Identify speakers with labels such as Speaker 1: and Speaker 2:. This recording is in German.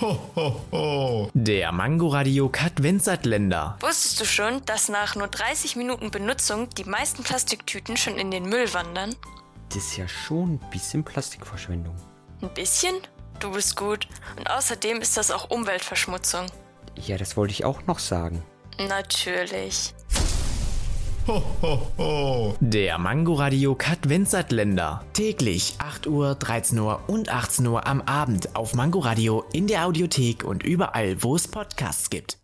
Speaker 1: Ho, ho, ho. Der Mangoradiokat Vincent Länder.
Speaker 2: Wusstest du schon, dass nach nur 30 Minuten Benutzung die meisten Plastiktüten schon in den Müll wandern?
Speaker 3: Das ist ja schon ein bisschen Plastikverschwendung.
Speaker 2: Ein bisschen? Du bist gut. Und außerdem ist das auch Umweltverschmutzung.
Speaker 3: Ja, das wollte ich auch noch sagen.
Speaker 2: Natürlich.
Speaker 1: Ho, ho, ho. Der Mangoradiokat Vincent Länder. Täglich 8 Uhr, 13 Uhr und 18 Uhr am Abend auf Mangoradio in der Audiothek und überall, wo es Podcasts gibt.